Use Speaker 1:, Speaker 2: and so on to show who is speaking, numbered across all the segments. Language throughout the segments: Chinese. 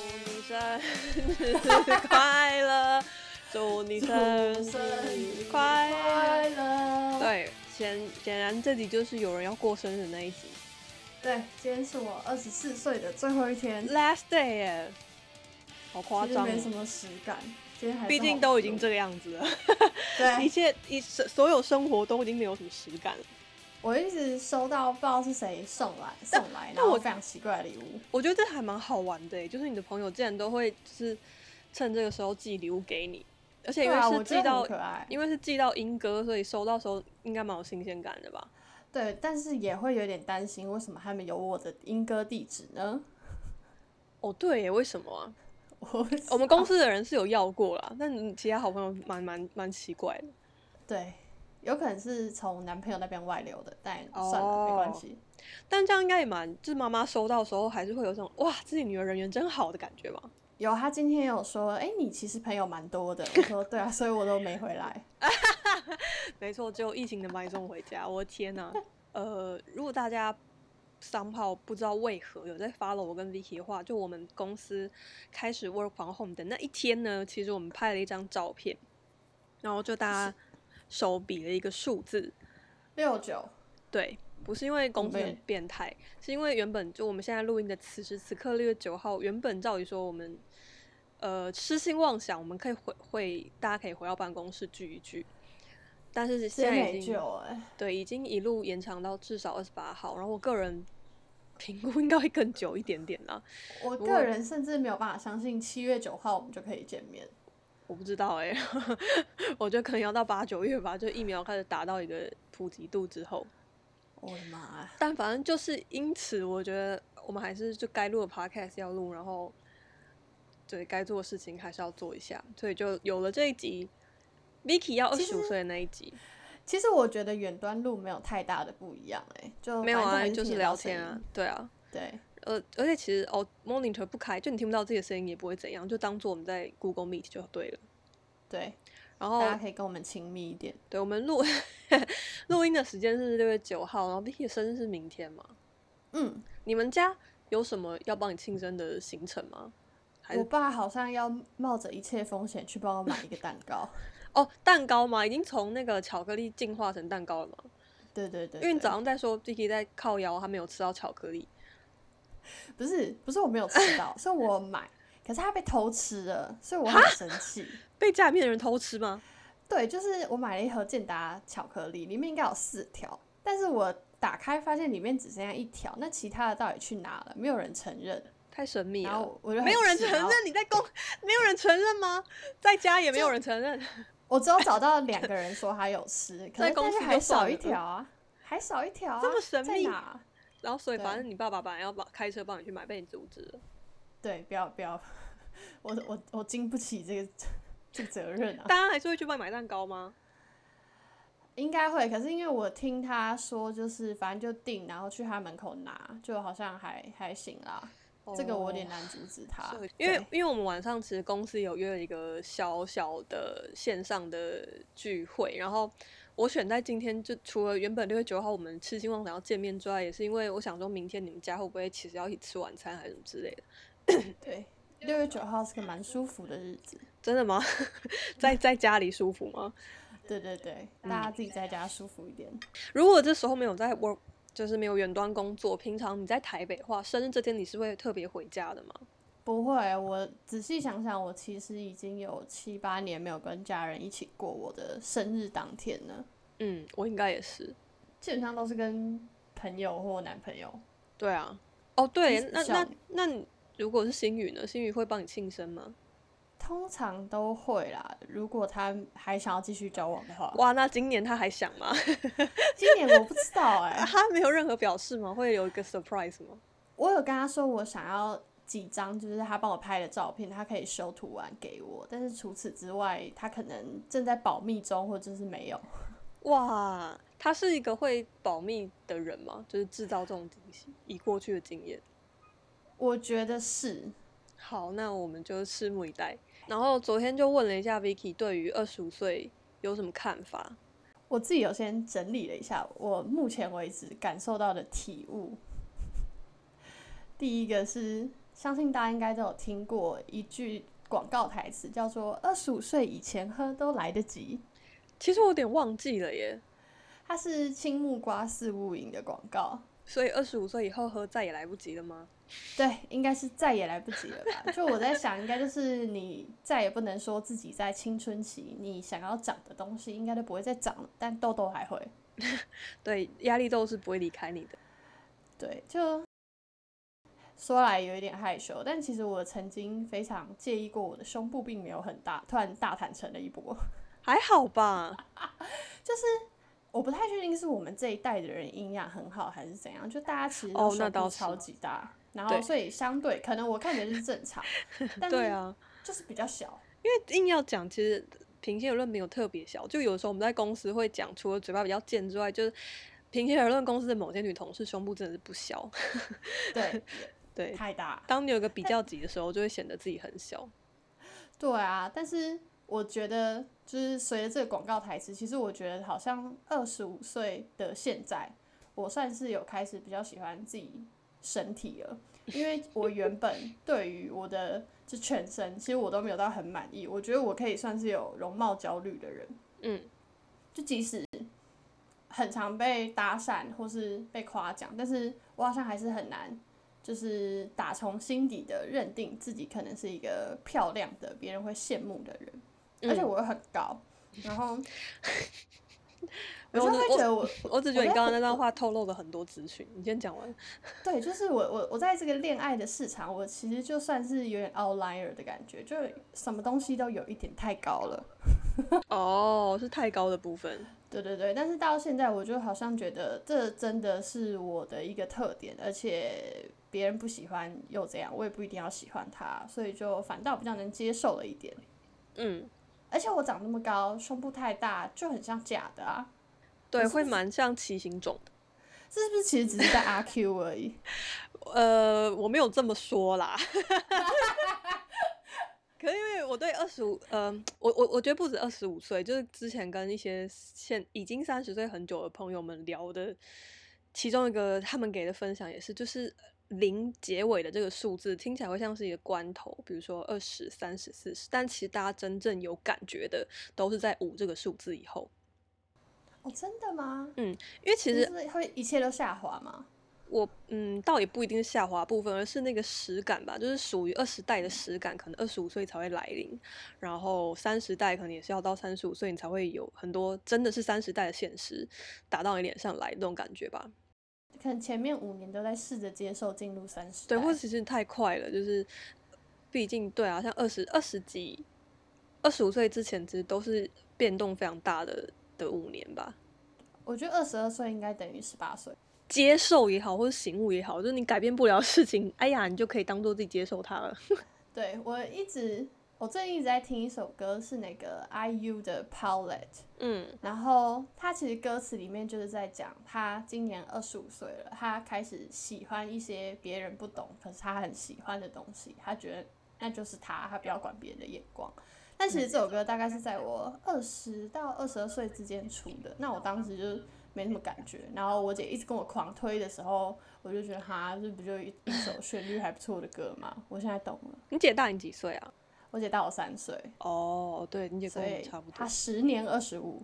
Speaker 1: 生日快乐，祝你生日快乐。
Speaker 2: 乐对
Speaker 1: 对，显显然这里就是有人要过生日那一集
Speaker 2: 对，今天是我二十四岁的最后一天，
Speaker 1: ，last day 耶，好夸
Speaker 2: 其实
Speaker 1: 张、
Speaker 2: 没什
Speaker 1: 哦。
Speaker 2: 么实感。今天还是
Speaker 1: 毕竟
Speaker 2: 好
Speaker 1: 都已经
Speaker 2: 久
Speaker 1: 这个样子了，一
Speaker 2: 对，
Speaker 1: 切 一所所有生活都已经没有什么实感了。
Speaker 2: 我一直收到不知道是谁送来送来，
Speaker 1: 但
Speaker 2: 然后
Speaker 1: 我
Speaker 2: 非常奇怪的礼物。
Speaker 1: 我觉得这还蛮好玩的耶，就是你的朋友竟然都会就是趁这个时候寄礼物给你，而且因
Speaker 2: 啊，
Speaker 1: 为
Speaker 2: 我
Speaker 1: 是
Speaker 2: 觉
Speaker 1: 寄
Speaker 2: 得
Speaker 1: 到、
Speaker 2: 很可爱。
Speaker 1: 因为是寄到英哥，所以收到时候应该蛮有新鲜感的吧？
Speaker 2: 对，但是也会有点担心，为什么他们有我的英歌地址呢？
Speaker 1: 哦，对耶，为什么啊？
Speaker 2: 我不知道
Speaker 1: 我们公司的人是有要过啦，但其他好朋友蛮蛮蛮奇怪的。
Speaker 2: 对，有可能是从男朋友那边外流的，但
Speaker 1: 哦
Speaker 2: 算了，没关系。
Speaker 1: 但这样应该也蛮，就是妈妈收到的时候还是会有这种哇，自己女儿人缘真好的感觉吧？
Speaker 2: 有，他今天有说，哎、你其实朋友蛮多的。我说对啊，所以我都没回来。
Speaker 1: 没错，只有疫情能把你送回家。我的天呐，呃，如果大家商炮不知道为何有在 follow 我跟 Vicky 的话，就我们公司开始 work from home 的那一天呢，其实我们拍了一张照片，然后就大家手比了一个数字，
Speaker 2: 六九，
Speaker 1: 对，不是因为公司
Speaker 2: 对
Speaker 1: 很变态，是因为原本就我们现在录音的此时此刻六月九号，原本照理说我们呃痴心妄想，我们可以回会大家可以回到办公室聚一聚，但是现
Speaker 2: 真
Speaker 1: 在
Speaker 2: 没
Speaker 1: 已经
Speaker 2: 救哎、
Speaker 1: 对，已经一路延长到至少二十八号，然后我个人评估应该会更久一点点啦。
Speaker 2: 我
Speaker 1: 我
Speaker 2: 个人甚至没有办法相信七月九号我们就可以见面。
Speaker 1: 我不知道哎、 我觉得可能要到八九月吧，就疫苗开始达到一个普及度之后。
Speaker 2: 我的妈呀！
Speaker 1: 但反正就是因此，我觉得我们还是就该录的 podcast 要录，然后对该做的事情还是要做一下，所以就有了这一集。Vicky 要二
Speaker 2: 其
Speaker 1: 十
Speaker 2: 实
Speaker 1: 五岁的那一集，
Speaker 2: 其实我觉得远端路没有太大的不一样哎、就
Speaker 1: 没有
Speaker 2: 反
Speaker 1: 啊，
Speaker 2: 正
Speaker 1: 就
Speaker 2: 还
Speaker 1: 是
Speaker 2: 听得
Speaker 1: 聊
Speaker 2: 到声
Speaker 1: 天啊
Speaker 2: 音。，
Speaker 1: 对啊，
Speaker 2: 对，
Speaker 1: 呃，而且其实哦，monitor 不开，就你听不到自己的声音也不会怎样，就当做我们在 Google Meet 就对了。
Speaker 2: 对，
Speaker 1: 然
Speaker 2: 大
Speaker 1: 后，
Speaker 2: 家可以跟我们亲密一点。
Speaker 1: 对我们录 录音的时间是六月九号，然后 Vicky 的生日是明天嘛？
Speaker 2: 嗯，
Speaker 1: 你们家有什么要帮你庆生的行程吗？还
Speaker 2: 我
Speaker 1: 是
Speaker 2: 爸好像要冒着一切风险去帮我买一个蛋 糕。
Speaker 1: 哦，蛋糕吗？已经从那个巧克力进化成蛋糕了吗？
Speaker 2: 对对对
Speaker 1: 因为你
Speaker 2: 对
Speaker 1: 早上在说 Vicky 在靠腰，他没有吃到巧克力。
Speaker 2: 不是不是我没有吃到，是我买，可是他被偷吃了，所以我很生气。
Speaker 1: 被家里面的人偷吃吗？
Speaker 2: 对，就是我买了一盒健达巧克力，里面应该有四条，但是我打开发现里面只剩下一条，那其他的到底去哪了？没有人承认。
Speaker 1: 太神秘
Speaker 2: 然
Speaker 1: 了，
Speaker 2: 后我就很
Speaker 1: 啊没有人
Speaker 2: 气
Speaker 1: 承
Speaker 2: 然后
Speaker 1: 认你在公，没有人承认吗？在家也没有人承认。
Speaker 2: 我只有找到两个人说他有吃， 可
Speaker 1: 在
Speaker 2: 是
Speaker 1: 公
Speaker 2: 但是
Speaker 1: 司
Speaker 2: 还
Speaker 1: 就算
Speaker 2: 少
Speaker 1: 了
Speaker 2: 一条啊，还少一条啊，
Speaker 1: 这么神
Speaker 2: 在
Speaker 1: 秘
Speaker 2: 哪啊？
Speaker 1: 然后所以
Speaker 2: 对
Speaker 1: 反正你爸爸本来要把开车帮你去买，被你阻止了。
Speaker 2: 对，不要不要，我我我经不起这个这个责任啊。
Speaker 1: 大家还是会去帮你买蛋糕吗？
Speaker 2: 应该会，可是因为我听他说，就是反正就订，然后去他门口拿，就好像还还行啦。这个
Speaker 1: 哦
Speaker 2: 我有点难阻止他
Speaker 1: 所以，
Speaker 2: 对
Speaker 1: 啊因为因为我们晚上其实公司有约了一个小小的线上的聚会，然后我选在今天，就除了原本六月九号我们痴心妄想要见面之外，也是因为我想说明天你们家会不会其实要一起吃晚餐还是什么之类的。
Speaker 2: 对六月九号是个蛮舒服的日子。
Speaker 1: 真的吗？ 在在家里舒服吗？
Speaker 2: 对嗯对对，大家自己在家舒服一点。
Speaker 1: 如果这时候没有在 work，就是没有远端工作，平常你在台北的话，生日这天你是会特别回家的吗？
Speaker 2: 不会，我仔细想想，我其实已经有七八年没有跟家人一起过我的生日当天了，
Speaker 1: 嗯，我应该也是。
Speaker 2: 基本上都是跟朋友或男朋友。
Speaker 1: 对啊，哦对，
Speaker 2: 就是
Speaker 1: 那那
Speaker 2: 像
Speaker 1: 那你如果是星宇呢？星宇会帮你庆生吗？
Speaker 2: 通常都会啦，如果他还想要继续交往的话，
Speaker 1: 哇，那今年他还想吗？
Speaker 2: 今年我不知道哎、
Speaker 1: 他没有任何表示吗？会有一个 surprise 吗？
Speaker 2: 我有跟他说我想要几张，就是他帮我拍的照片，他可以修图案给我。但是除此之外，他可能正在保密中，或者是没有。
Speaker 1: 哇，他是一个会保密的人吗？就是制造这种惊喜，以过去的经验。
Speaker 2: 我觉得是，
Speaker 1: 好，那我们就拭目以待。然后昨天就问了一下 Vicky 对于二十五岁有什么看法，
Speaker 2: 我自己有先整理了一下，我目前为止感受到的体悟。第一个是相信大家应该都有听过一句广告台词，叫做“二十五岁以前喝都来得及
Speaker 1: 其实我有点忘记了耶，”，
Speaker 2: 它是青木瓜四物饮的广告。
Speaker 1: 所以二十五岁以后喝再也来不及了吗？
Speaker 2: 对，应该是再也来不及了吧？就我在想，应该就是你再也不能说自己在青春期，你想要长的东西应该都不会再长了，但痘痘还会。
Speaker 1: 对，压力都是不会离开你的。
Speaker 2: 对，就说来有一点害羞，但其实我曾经非常介意过我的胸部并没有很大，突然大坦诚了一波。
Speaker 1: 还好吧，
Speaker 2: 我不太确定是我们这一代的人营养很好还是怎样，就大家其实
Speaker 1: 哦
Speaker 2: 都
Speaker 1: 那
Speaker 2: 胸
Speaker 1: 倒
Speaker 2: 部
Speaker 1: 是
Speaker 2: 超级大，然后
Speaker 1: 对
Speaker 2: 所以相对可能我看起来就是正 常，但
Speaker 1: 对
Speaker 2: 是
Speaker 1: 啊，
Speaker 2: 就是比较小。
Speaker 1: 因为硬要讲，其实平心而论没有特别小。就有时候我们在公司会讲，除了嘴巴比较贱之外，就是平心而论，公司的某些女同事胸部真的是不小。
Speaker 2: 对，
Speaker 1: 对，
Speaker 2: 太大。
Speaker 1: 当你有一个比较级的时候，就会显得自己很小。
Speaker 2: 对啊，但是我觉得，就是随着这个广告台词，其实我觉得好像二十五岁的现在，我算是有开始比较喜欢自己身体了，因为我原本对于我的就全身，其实我都没有到很满意，我觉得我可以算是有容貌焦虑的人，
Speaker 1: 嗯，
Speaker 2: 就即使。很常被搭讪或是被夸奖，但是我好像还是很难就是打从心底的认定自己可能是一个漂亮的、别人会羡慕的人，而且
Speaker 1: 嗯
Speaker 2: 我又很高，然后
Speaker 1: 没
Speaker 2: 我
Speaker 1: 有
Speaker 2: 就会
Speaker 1: 我
Speaker 2: 觉得我
Speaker 1: 我只觉得
Speaker 2: 我
Speaker 1: 你
Speaker 2: 在
Speaker 1: 刚刚
Speaker 2: 回
Speaker 1: 那段话透露了很多资讯。你先 讲完。
Speaker 2: 对，就是我我我在这个恋爱的市场，我其实就算是有点 outlier 的感觉，就什么东西都有一点太高了。
Speaker 1: 哦，是太高的部分。
Speaker 2: 对对对，但是到现在我就好像觉得这真的是我的一个特点，而且别人不喜欢又怎样，我也不一定要喜欢他，所以就反倒比较能接受了一点。
Speaker 1: 嗯，
Speaker 2: 而且我长那么高，胸部太大，就很像假的啊！
Speaker 1: 对，
Speaker 2: 可是
Speaker 1: 会蛮像骑行种的。
Speaker 2: 这是不是其实只是在阿 Q 而已？
Speaker 1: 呃，我没有这么说啦。 可是因为我对二十五，呃，我我我觉得不止二十五岁，就是之前跟一些现已经三十岁很久的朋友们聊的，其中一个他们给的分享也是，就是零结尾的这个数字听起来会像是一个关头，比如说二十三十四十，但其实大家真正有感觉的都是在五这个数字以后，
Speaker 2: 哦，真的吗？
Speaker 1: 因为其实
Speaker 2: 就是会一切都下滑吗？
Speaker 1: 我嗯，倒也不一定是下滑部分，而是那个实感吧，就是属于二十代的实感，可能二十五岁才会来临，然后三十代可能也是要到三十五岁，你才会有很多真的是三十代的现实打到你脸上来那种感觉吧。
Speaker 2: 可能前面五年都在试着接受进入三十，
Speaker 1: 对，或者其实太快了，就是毕竟对啊，像二十二十几、二十五岁之前，其实都是变动非常大的的五年吧。
Speaker 2: 我觉得二十二岁应该等于十八岁。
Speaker 1: 接受也好，或者醒悟也好，就是你改变不了的事情，哎呀，你就可以当做自己接受它了。
Speaker 2: 对我一直，我最近一直在听一首歌，是那个 IU 的 Palette，
Speaker 1: 嗯。
Speaker 2: 然后他其实歌词里面就是在讲，他今年二十五岁了，他开始喜欢一些别人不懂，可是他很喜欢的东西，他觉得那就是他，他不要管别人的眼光。但其实这首歌大概是在我二十到二十二岁之间出的，那我当时就没什么感觉。然后我姐一直跟我狂推的时候，我就觉得哈，这不就一一首旋律还不错的歌吗？我现在懂了，
Speaker 1: 你姐大你几岁啊？
Speaker 2: 我姐大我三岁，
Speaker 1: 哦，对，你姐跟
Speaker 2: 所
Speaker 1: 我们
Speaker 2: 以
Speaker 1: 差不多
Speaker 2: 她。十年二十五。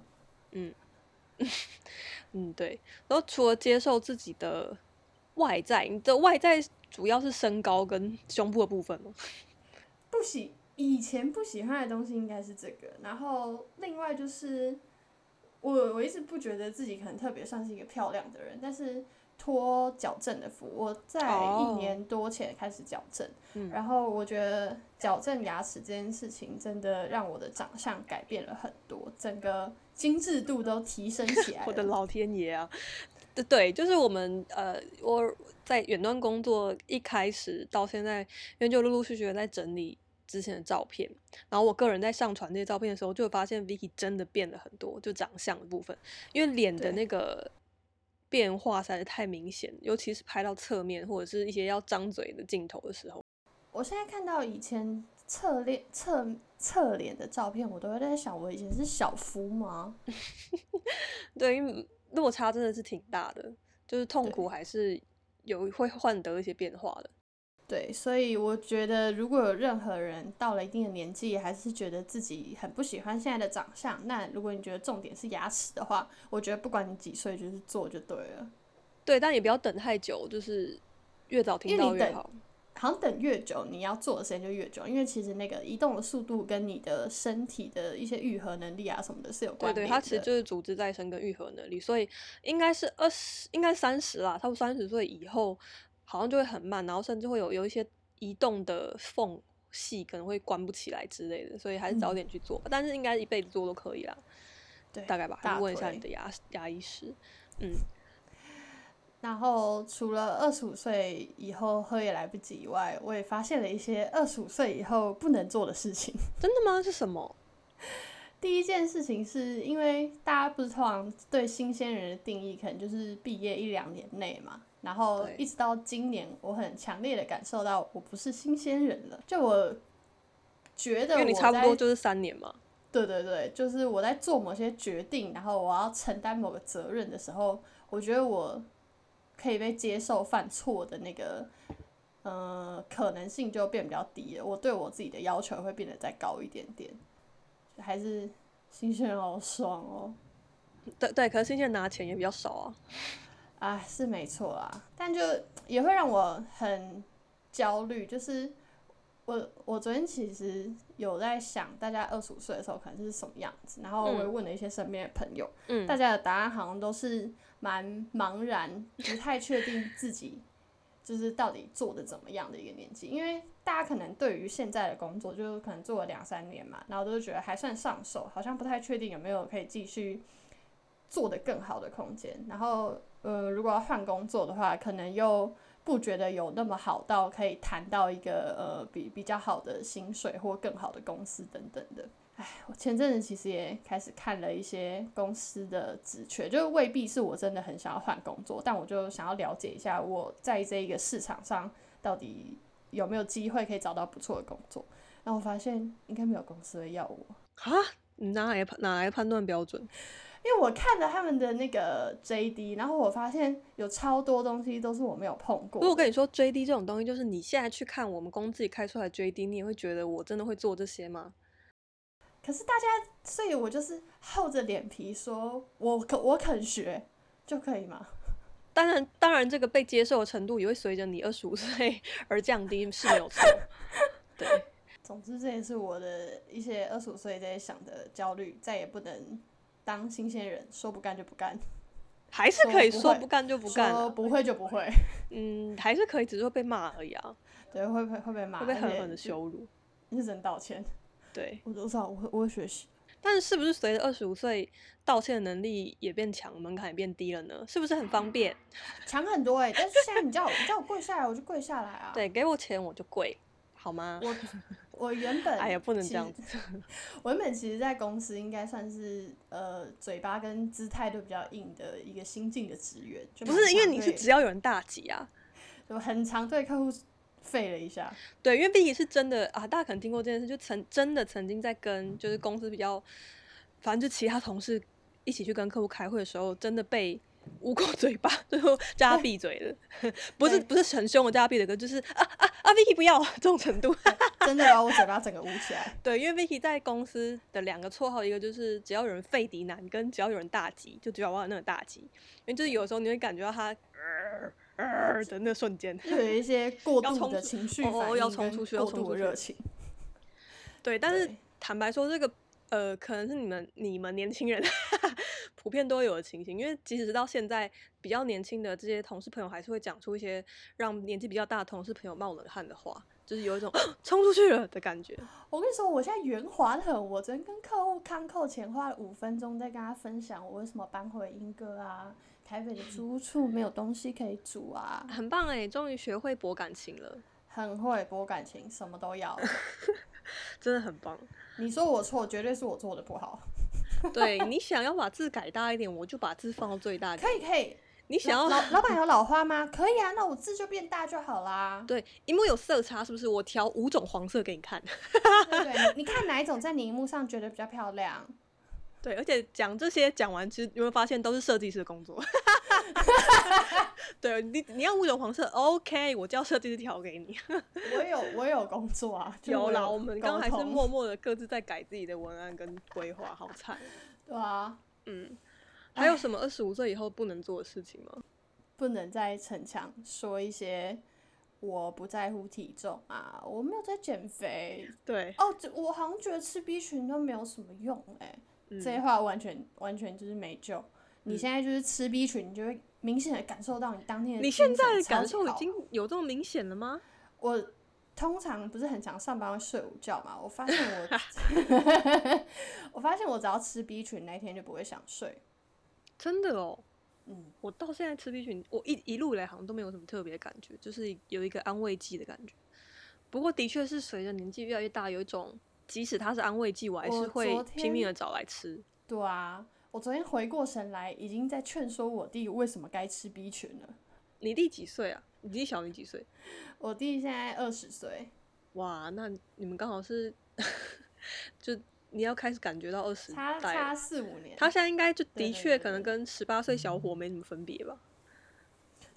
Speaker 1: 嗯，对。然后除了接受自己的外在，你的外在主要是身高跟胸部的部分哦吗？
Speaker 2: 不喜以前不喜欢的东西应该是这个，然后另外就是我我一直不觉得自己可能特别算是一个漂亮的人，但是脱矫正的服，我在
Speaker 1: 哦
Speaker 2: 一年多前开始矫正
Speaker 1: 嗯
Speaker 2: 然后我觉得矫正牙齿这件事情真的让我的长相改变了很多，整个精致度都提升起来
Speaker 1: 我的
Speaker 2: 了。
Speaker 1: 老天爷啊！ 对对，就是我们呃，我在远端工作一开始到现在，因为就陆陆续续地在整理之前的照片，然后我个人在上传这些照片的时候，就会发现 Vicky 真的变了很多，就长相的部分，因为脸的
Speaker 2: 对
Speaker 1: 那个变化实在是太明显，尤其是拍到侧面或者是一些要张嘴的镜头的时候。
Speaker 2: 我现在看到以前侧脸侧侧脸的照片，我都会在想，我以前是小夫吗？
Speaker 1: 对，因为落差真的是挺大的，就是痛
Speaker 2: 对
Speaker 1: 苦还是有会换得一些变化的。
Speaker 2: 对，所以我觉得如果有任何人到了一定的年纪，还是觉得自己很不喜欢现在的长相，那如果你觉得重点是牙齿的话，我觉得不管你几岁，就是做就对了。
Speaker 1: 对，但也不要等太久，就是越早听
Speaker 2: 因为
Speaker 1: 到
Speaker 2: 你
Speaker 1: 越
Speaker 2: 等
Speaker 1: 好。
Speaker 2: 好像等越久，你要做的时间就越久，因为其实那个移动的速度跟你的身体的一些愈合能力啊什么的是有
Speaker 1: 对
Speaker 2: 关
Speaker 1: 对，
Speaker 2: 联
Speaker 1: 它
Speaker 2: 的。
Speaker 1: 其实就是组织再生跟愈合能力，所以应该是二十，应该三十啦，差不多三十岁以后，好像就会很慢，然后甚至会有有一些移动的缝隙可能会关不起来之类的，所以还是早
Speaker 2: 嗯
Speaker 1: 点去做吧，但是应该一辈子做都可以啦，
Speaker 2: 对
Speaker 1: 大概吧，还
Speaker 2: 大
Speaker 1: 是问一下你的
Speaker 2: 腿
Speaker 1: 牙牙医师。嗯，
Speaker 2: 然后除了二十五岁以后喝也来不及以外，我也发现了一些二十五岁以后不能做的事情。
Speaker 1: 真的吗？是什么？
Speaker 2: 第一件事情是因为大家不是通常对新鲜人的定义，可能就是毕业一两年内嘛。然后
Speaker 1: 对
Speaker 2: 一直到今年，我很强烈的感受到我不是新鲜人了。就我觉得
Speaker 1: 因
Speaker 2: 我
Speaker 1: 为你差不
Speaker 2: 在
Speaker 1: 多就是三年嘛。
Speaker 2: 对对对，就是我在做某些决定，然后我要承担某个责任的时候，我觉得我可以被接受犯错的那个，呃，可能性就变比较低了。我对我自己的要求会变得再高一点点，还是新鲜人好爽哦。
Speaker 1: 对对，可是现在拿钱也比较少啊。
Speaker 2: 啊，是没错啦，但就也会让我很焦虑。就是我我昨天其实有在想，大家二十五岁的时候可能是什么样子，然后我也
Speaker 1: 嗯
Speaker 2: 问了一些身边的朋友，
Speaker 1: 嗯
Speaker 2: 大家的答案好像都是蛮茫然，不太确定自己就是到底做的怎么样的一个年纪，因为大家可能对于现在的工作，就是可能做了两三年嘛，然后都觉得还算上手，好像不太确定有没有可以继续做得更好的空间。然后，呃，如果要换工作的话，可能又不觉得有那么好到可以谈到一个呃比比较好的薪水或更好的公司等等的。唉，我前阵子其实也开始看了一些公司的职缺，就未必是我真的很想要换工作，但我就想要了解一下我在这一个市场上到底有没有机会可以找到不错的工作。然后我发现应该没有公司会要我，
Speaker 1: 啊，你哪来判哪来判断标准？
Speaker 2: 因为我看了他们的那个 JD，然后我发现有超多东西都是我没有碰过
Speaker 1: 不过我
Speaker 2: 的。
Speaker 1: 跟你说，JD 这种东西，就是你现在去看我们公自己开出来的 JD，你也会觉得我真的会做这些吗？
Speaker 2: 可是大家，所以我就是厚着脸皮说，我可我肯学就可以吗？
Speaker 1: 当然，当然，这个被接受的程度也会随着你二十五岁 而降低，是没有错。对，
Speaker 2: 总之，这也是我的一些二十五岁在想的焦虑，再也不能当新鲜人，说不干就不干，
Speaker 1: 还是
Speaker 2: 说
Speaker 1: 可以
Speaker 2: 不
Speaker 1: 说
Speaker 2: 会
Speaker 1: 不干就不干
Speaker 2: 说
Speaker 1: 啊，
Speaker 2: 不会就不会，
Speaker 1: 嗯，还是可以，只是会被骂而已啊，
Speaker 2: 对，会被会被骂，
Speaker 1: 会被
Speaker 2: 而
Speaker 1: 狠
Speaker 2: 且
Speaker 1: 狠的羞辱。
Speaker 2: 认真道歉。
Speaker 1: 对，
Speaker 2: 我多少我会我会学习，
Speaker 1: 但是不是随着二十五岁，道歉的能力也变强，门槛也变低了呢？是不是很方便？
Speaker 2: 强很多哎、但是现在你叫我你叫我跪下来，我就跪下来啊。，
Speaker 1: 对，给我钱我就跪，好吗？
Speaker 2: 我我原本
Speaker 1: 哎呀，不能
Speaker 2: 其
Speaker 1: 这样
Speaker 2: 实
Speaker 1: 子。
Speaker 2: 我原本其实，在公司应该算是呃嘴巴跟姿态都比较硬的一个新进的职员，就
Speaker 1: 不
Speaker 2: 蛮
Speaker 1: 是因为
Speaker 2: 常
Speaker 1: 你是
Speaker 2: 对
Speaker 1: 只要有人大吉啊，
Speaker 2: 就很常对客户废了一下。
Speaker 1: 对，因为毕竟是真的啊，大家可能听过这件事，就曾真的曾经在跟就是公司比较，反正就其他同事一起去跟客户开会的时候，真的被捂过嘴巴， 最后叫他闭嘴的，不是
Speaker 2: 对
Speaker 1: 不是很凶的叫他闭嘴，可就是啊啊啊，Vicky 不要这种程度。
Speaker 2: 真的把我嘴巴整个捂起来。
Speaker 1: 对，因为 Vicky 在公司的两个绰号，一个就是只要有人费迪南，跟只要有人大吉，就只要往那个大吉，因为就是有时候你会感觉到他 呃呃的那瞬间。
Speaker 2: 就有一些过
Speaker 1: 要
Speaker 2: 度
Speaker 1: 冲
Speaker 2: 的
Speaker 1: 出
Speaker 2: 情绪
Speaker 1: 哦
Speaker 2: 反
Speaker 1: 哦
Speaker 2: 应
Speaker 1: 要冲
Speaker 2: 跟
Speaker 1: 出去要
Speaker 2: 过
Speaker 1: 冲
Speaker 2: 度的
Speaker 1: 出
Speaker 2: 热
Speaker 1: 去
Speaker 2: 情。
Speaker 1: 对，但是
Speaker 2: 对
Speaker 1: 坦白说，这个呃，可能是你们你们年轻人 普遍都有的情形，因为即使是到现在比较年轻的这些同事朋友，还是会讲出一些让年纪比较大的同事朋友冒冷汗的话，就是有一种冲出去了的感觉。
Speaker 2: 我跟你说，我现在圆滑得很。我昨天跟客户康扣前花了五分钟在跟他分享我为什么搬回英哥啊，台北的租屋处没有东西可以煮啊，
Speaker 1: 很棒哎、终于学会博感情了，
Speaker 2: 很会博感情，什么都要。
Speaker 1: 真的很棒。
Speaker 2: 你说我错，绝对是我做的不好。
Speaker 1: 对你想要把字改大一点，我就把字放到最大给
Speaker 2: 可以可以，
Speaker 1: 你。你想要
Speaker 2: 老老老板有老花吗？可以啊，那我字就变大就好啦。
Speaker 1: 对荧幕有色差是不是？我调五种黄色给你看。
Speaker 2: 对对对，你你看哪一种在你荧幕上觉得比较漂亮？
Speaker 1: 对，而且讲这些讲完，其实有没有发现都是设计师的工作？ 对你你要五种黄色，OK，我叫设计师调给你。
Speaker 2: 我有我有工作啊，就
Speaker 1: 有啦，
Speaker 2: 我
Speaker 1: 我们刚还
Speaker 2: 沟
Speaker 1: 是
Speaker 2: 通
Speaker 1: 默默的各自在改自己的文案跟规划，好惨。
Speaker 2: 对啊，
Speaker 1: 嗯，还有
Speaker 2: 唉
Speaker 1: 什么二十五岁以后不能做的事情吗？
Speaker 2: 不能再逞强说一些我不在乎体重啊，我没有在减肥
Speaker 1: 对，
Speaker 2: 哦，这我好像觉得吃 B 群都没有什么用哎、
Speaker 1: 嗯
Speaker 2: 这些话完全完全就是没救。你现在就是吃 B 群，你就会明显的感受到你当天的
Speaker 1: 你现
Speaker 2: 精神
Speaker 1: 在的
Speaker 2: 超
Speaker 1: 感
Speaker 2: 级
Speaker 1: 受已
Speaker 2: 好
Speaker 1: 经有这么明显了吗？
Speaker 2: 我通常不是很常上班会睡午觉嘛，我发现 我 我发现我只要吃 B 群那一天就不会想睡，
Speaker 1: 真的哦，
Speaker 2: 嗯，
Speaker 1: 我到现在吃 B 群，我一一路以来好像都没有什么特别的感觉，就是有一个安慰剂的感觉。不过的确是随着年纪越来越大，有一种即使它是安慰剂，我还
Speaker 2: 我
Speaker 1: 是会
Speaker 2: 昨天
Speaker 1: 拼命的找来吃。
Speaker 2: 对啊。我昨天回过神来，已经在劝说我弟为什么该吃 B 群了。
Speaker 1: 你弟几岁啊？你弟小你几岁？
Speaker 2: 我弟现在二十岁，
Speaker 1: 哇，那你们刚好是，就你要开始感觉到二十
Speaker 2: 差
Speaker 1: 代
Speaker 2: 差
Speaker 1: 了。
Speaker 2: 四五年。
Speaker 1: 嗯他现在应该就
Speaker 2: 对
Speaker 1: 的
Speaker 2: 对
Speaker 1: 确
Speaker 2: 对嗯
Speaker 1: 可能跟十八岁小伙没什么分别吧。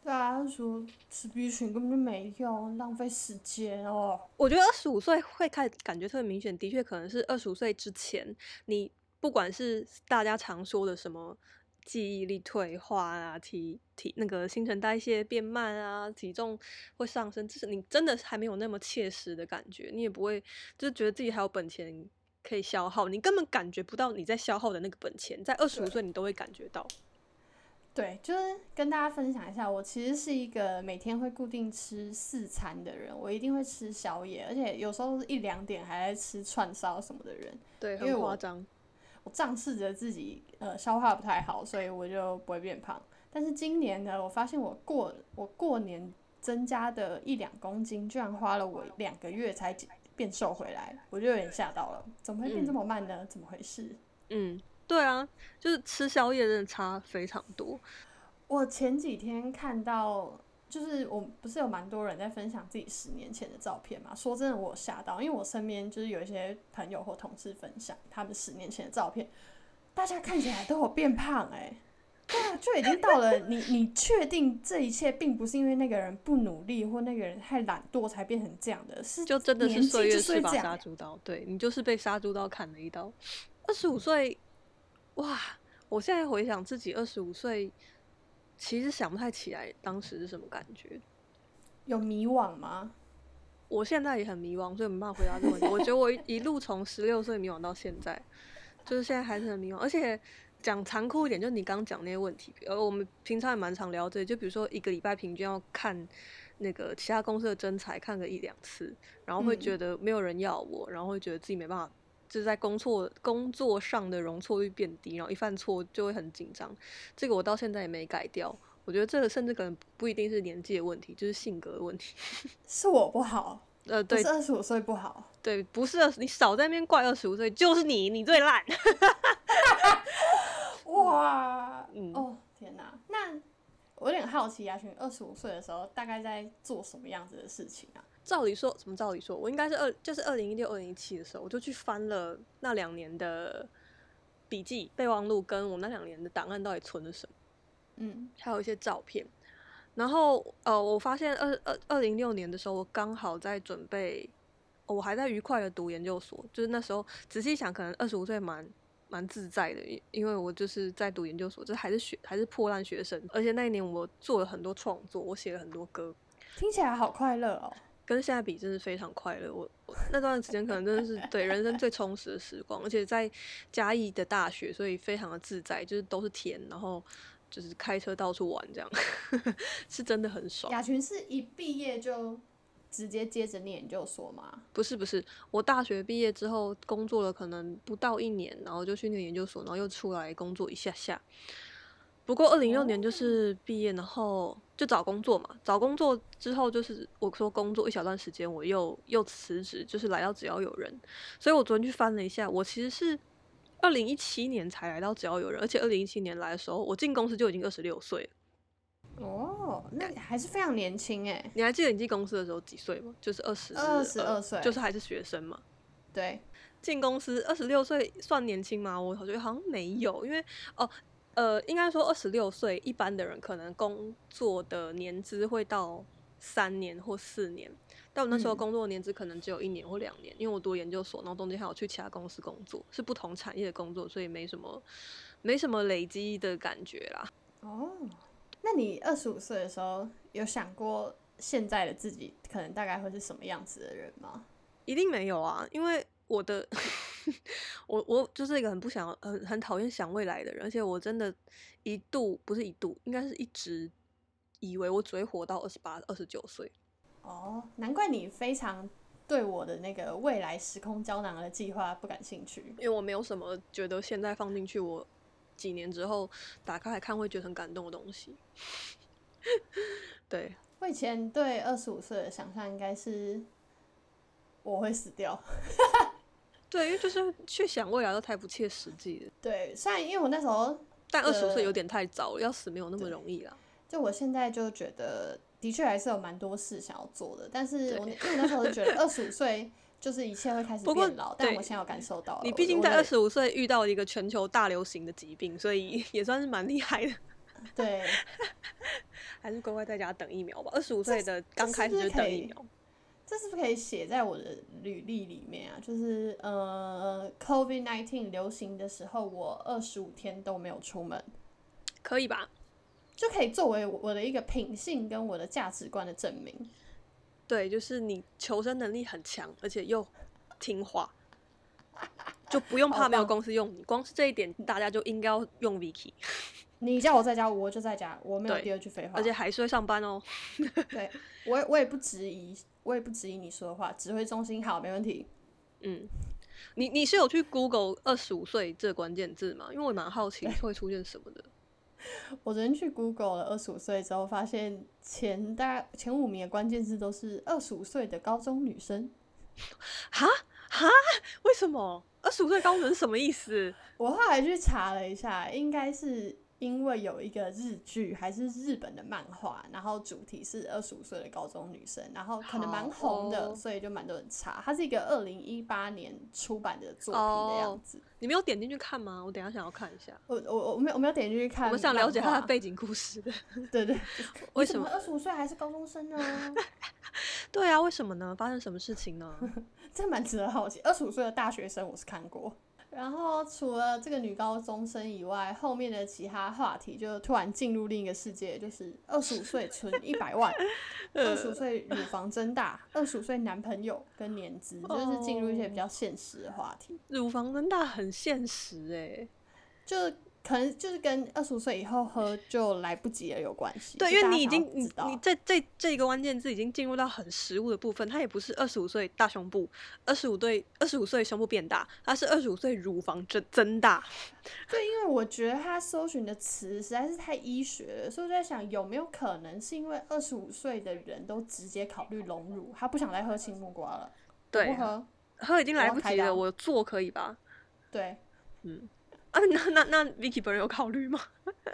Speaker 2: 对啊，他说吃 B 群根本就没用，浪费时间哦。
Speaker 1: 我觉得二十五岁会开始感觉特别明显，的确可能是二十五岁之前，你不管是大家常说的什么记忆力退化啊、体体那个新陈代谢变慢啊、体重会上升，就是你真的还没有那么切实的感觉，你也不会就是觉得自己还有本钱可以消耗，你根本感觉不到你在消耗的那个本钱，在二十五
Speaker 2: 对
Speaker 1: 岁你都会感觉到。
Speaker 2: 对，就是跟大家分享一下，我其实是一个每天会固定吃四餐的人，我一定会吃宵夜，而且有时候一两点还在吃串烧什么的人。
Speaker 1: 对，
Speaker 2: 因为
Speaker 1: 很
Speaker 2: 我
Speaker 1: 夸张。
Speaker 2: 我仗势着自己呃消化不太好，所以我就不会变胖。但是今年呢，我发现我过我过年增加的一两公斤，居然花了我两个月才减变瘦回来，我就有点吓到了，怎么会变这么慢呢？怎么回事？
Speaker 1: 嗯，对啊，就是吃宵夜真的差非常多。
Speaker 2: 我前几天看到，就是我不是有蛮多人在分享自己十年前的照片嘛？说真的，我有吓到，因为我身边就是有一些朋友或同事分享他们十年前的照片，大家看起来都有变胖哎、对啊，就已经到了你你确定这一切并不是因为那个人不努力或那个人太懒惰才变成这样的，是
Speaker 1: 就真的是
Speaker 2: 年纪
Speaker 1: 岁月
Speaker 2: 就是
Speaker 1: 是
Speaker 2: 会
Speaker 1: 把
Speaker 2: 这样
Speaker 1: 杀猪刀，对你就是被杀猪刀砍了一刀。二十五岁，哇！我现在回想自己二十五岁，其实想不太起来当时是什么感觉。
Speaker 2: 有迷惘吗？
Speaker 1: 我现在也很迷惘，所以没办法回答这个问题。我觉得我一一路从十六岁迷惘到现在，就是现在还是很迷惘。而且讲残酷一点，就你刚讲那些问题，呃，我们平常也蛮常聊这个，就比如说一个礼拜平均要看那个其他公司的真才看个一两次，然后会
Speaker 2: 嗯
Speaker 1: 觉得没有人要我，然后会觉得自己没办法。就是在工作工作上的容错率变低，然后一犯错就会很紧张。这个我到现在也没改掉。我觉得这个甚至可能不一定是年纪的问题，就是性格的问题。
Speaker 2: 是我不好，
Speaker 1: 呃，
Speaker 2: 不
Speaker 1: 对
Speaker 2: 是，二十五岁不好。
Speaker 1: 对，不是二十，你少在那边怪二十五岁，就是你，你最烂。
Speaker 2: 哇，
Speaker 1: 嗯
Speaker 2: 哦，天哪！那我有点好奇，雅群二十五岁的时候大概在做什么样子的事情啊？
Speaker 1: 照理说，什么照理说，我应该是二，就是二零一六、二零一七的时候，我就去翻了那两年的笔记、备忘录，跟我那两年的档案到底存了什么，
Speaker 2: 嗯，
Speaker 1: 还有一些照片。然后，呃，我发现二二二零一六年的时候，我刚好在准备，我还在愉快的读研究所，就是那时候仔细想，可能二十五岁蛮蛮自在的，因因为我就是在读研究所，就是还是学还是破烂学生，而且那一年我做了很多创作，我写了很多歌，
Speaker 2: 听起来好快乐哦。
Speaker 1: 跟现在比真是非常快乐。我我那段时间可能真的是对人生最充实的时光，而且在嘉义的大学，所以非常的自在，就是都是田，然后就是开车到处玩，这样 是真的很爽。
Speaker 2: 雅群是一毕业就直接接着念研究所吗？
Speaker 1: 不是不是，我大学毕业之后工作了可能不到一年，然后就去念研究所，然后又出来工作一下下。不过二零六年就是毕业，然后就找工作嘛。找工作之后就是我说工作一小段时间，我又又辞职，就是来到只要有人。所以我昨天去翻了一下，我其实是二零一七年才来到只要有人，而且二零一七年来的时候，我进公司就已经二十六岁了。
Speaker 2: 哦，那你还是非常年轻哎。
Speaker 1: 你还记得你进公司的时候几岁吗？就是二十
Speaker 2: 22岁
Speaker 1: 就是还是学生嘛。
Speaker 2: 对，
Speaker 1: 进公司二十六岁算年轻吗？我觉得好像没有，因为哦，呃，应该说二十六岁，一般的人可能工作的年资会到三年或四年，但我那时候
Speaker 2: 嗯
Speaker 1: 工作的年资可能只有一年或两年，因为我读研究所，然后中间还有去其他公司工作，是不同产业的工作，所以没什么没什么累积的感觉啦。
Speaker 2: 哦，那你二十五岁的时候有想过现在的自己可能大概会是什么样子的人吗？
Speaker 1: 一定没有啊，因为我的 我我就是一个很不想很很讨厌想未来的人，而且我真的一度不是一度，应该是一直以为我只会活到二十八、二十九岁。
Speaker 2: 哦，难怪你非常对我的那个未来时空胶囊的计划不感兴趣
Speaker 1: 因。为我没有什么觉得现在放进去，我几年之后打开来看会觉得很感动的东西。 对，
Speaker 2: 我以前对二十五岁的想象应该是我会死掉。
Speaker 1: 对，因为就是去想未来都太不切实际了。
Speaker 2: 对，虽然因为我那时候
Speaker 1: 但二十五岁
Speaker 2: 对
Speaker 1: 有点太早了，要死没有那么容易啦。
Speaker 2: 就我现在就觉得，的确还是有蛮多事想要做的，但是
Speaker 1: 对
Speaker 2: 我那因为我那时候就觉得二十五岁就是一切会开始
Speaker 1: 不过
Speaker 2: 变老，但
Speaker 1: 对
Speaker 2: 我现在有感受到了，
Speaker 1: 你
Speaker 2: 我
Speaker 1: 毕竟
Speaker 2: 我
Speaker 1: 在
Speaker 2: 的
Speaker 1: 二十五岁遇到一个全球大流行的疾病，所以 也算是蛮厉害的。
Speaker 2: 对，
Speaker 1: 还是乖乖在家等疫苗吧。二十五岁的刚
Speaker 2: 这
Speaker 1: 开始就是
Speaker 2: 是不
Speaker 1: 等
Speaker 2: 可
Speaker 1: 疫
Speaker 2: 以
Speaker 1: 苗，
Speaker 2: 这是不是可以写在我的履历里面啊？就是呃，COVID nineteen 流行的时候，我二十五天都没有出门，
Speaker 1: 可以吧？
Speaker 2: 就可以作为我的一个品性跟我的价值观的证明。
Speaker 1: 对，就是你求生能力很强，而且又听话，就不用
Speaker 2: 好
Speaker 1: 怕没有
Speaker 2: 棒
Speaker 1: 公司用你。光是这一点，大家就应该要用 Vicky，
Speaker 2: 你叫我在家，我就在家，我没有
Speaker 1: 对
Speaker 2: 第二句废话。
Speaker 1: 而且还是会上班哦。
Speaker 2: 对我也我也不质疑，我也不质疑你说的话，指挥中心好，没问题。
Speaker 1: 嗯，你你是有去 Google 二十五岁这个关键字吗？因为我蛮好奇会出现什么的。
Speaker 2: 我昨天去 Google 了二十五岁之后，发现前大概前五名的关键字都是二十五岁的高中女生。
Speaker 1: 哈哈，为什么二十五岁高人什么意思？
Speaker 2: 我后来去查了一下，应该是因为有一个日剧还是日本的漫画，然后主题是二十五岁的高中女生，然后可能蛮红
Speaker 1: 好
Speaker 2: 的，
Speaker 1: 哦
Speaker 2: 所以就蛮多人查。它是一个二零一八年出版的作品
Speaker 1: 哦
Speaker 2: 的样子。
Speaker 1: 你没有点进去看吗？我等一下想要看一下。
Speaker 2: 我我我没有我没有点进去看
Speaker 1: 我
Speaker 2: 漫画，
Speaker 1: 们想了解他的背景故事的。
Speaker 2: 对对，
Speaker 1: 为什
Speaker 2: 么
Speaker 1: 么？
Speaker 2: 二十五岁还是高中生呢？
Speaker 1: 对啊，为什么呢？发生什么事情 呢？
Speaker 2: 这蛮值得好奇。二十五岁的大学生我是看过。然后除了这个女高中生以外，后面的其他话题就突然进入另一个世界，就是二十五岁存一 百万，二
Speaker 1: 呃
Speaker 2: 十五岁乳房增大，二十五岁男朋友跟年资，
Speaker 1: 哦
Speaker 2: 就是进入一些比较现实的话题，
Speaker 1: 乳房增大很现实哎、
Speaker 2: 就是可能就是跟二十五岁以后喝就来不及了有关系。
Speaker 1: 对，
Speaker 2: 就
Speaker 1: 因为
Speaker 2: 大家
Speaker 1: 你已
Speaker 2: 想
Speaker 1: 经
Speaker 2: 要
Speaker 1: 你
Speaker 2: 知道
Speaker 1: 你这这这一个关键字已经进入到很实物的部分，它也不是二十五岁大胸部，二十五对二十五岁胸部变大，它是二十五岁乳房增增大。
Speaker 2: 对，因为我觉得他搜寻的词实在是太医学了，所以我就在想有没有可能是因为二十五岁的人都直接考虑隆乳，他不想再喝青木瓜了，
Speaker 1: 对
Speaker 2: 不，喝，
Speaker 1: 喝已经
Speaker 2: 我
Speaker 1: 来
Speaker 2: 要
Speaker 1: 不
Speaker 2: 开
Speaker 1: 及了，
Speaker 2: 刀
Speaker 1: 我做可以吧？
Speaker 2: 对
Speaker 1: 啊，那那那 Vicky 本人有考虑吗？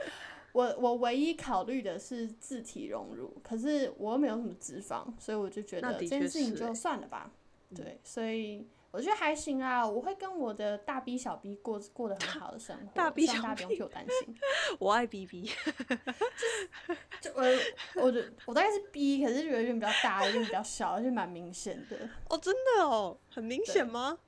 Speaker 2: 我我唯一考虑的是自体隆乳，可是我又没有什么脂肪，所以我就觉
Speaker 1: 那的
Speaker 2: 得这件
Speaker 1: 确
Speaker 2: 事情
Speaker 1: 是欸嗯
Speaker 2: 就算了吧，对，所以。我觉得还行啊，我会跟我的大 B 小 B 过过得很好的生活，
Speaker 1: 大 B
Speaker 2: 希望
Speaker 1: 小
Speaker 2: 大家不用替我担心。
Speaker 1: 我爱 BB，
Speaker 2: 就我我的我大概是 B，可是有一点比较大，有一点比较小，而且蛮明显的。
Speaker 1: 哦，真的哦，很明显吗？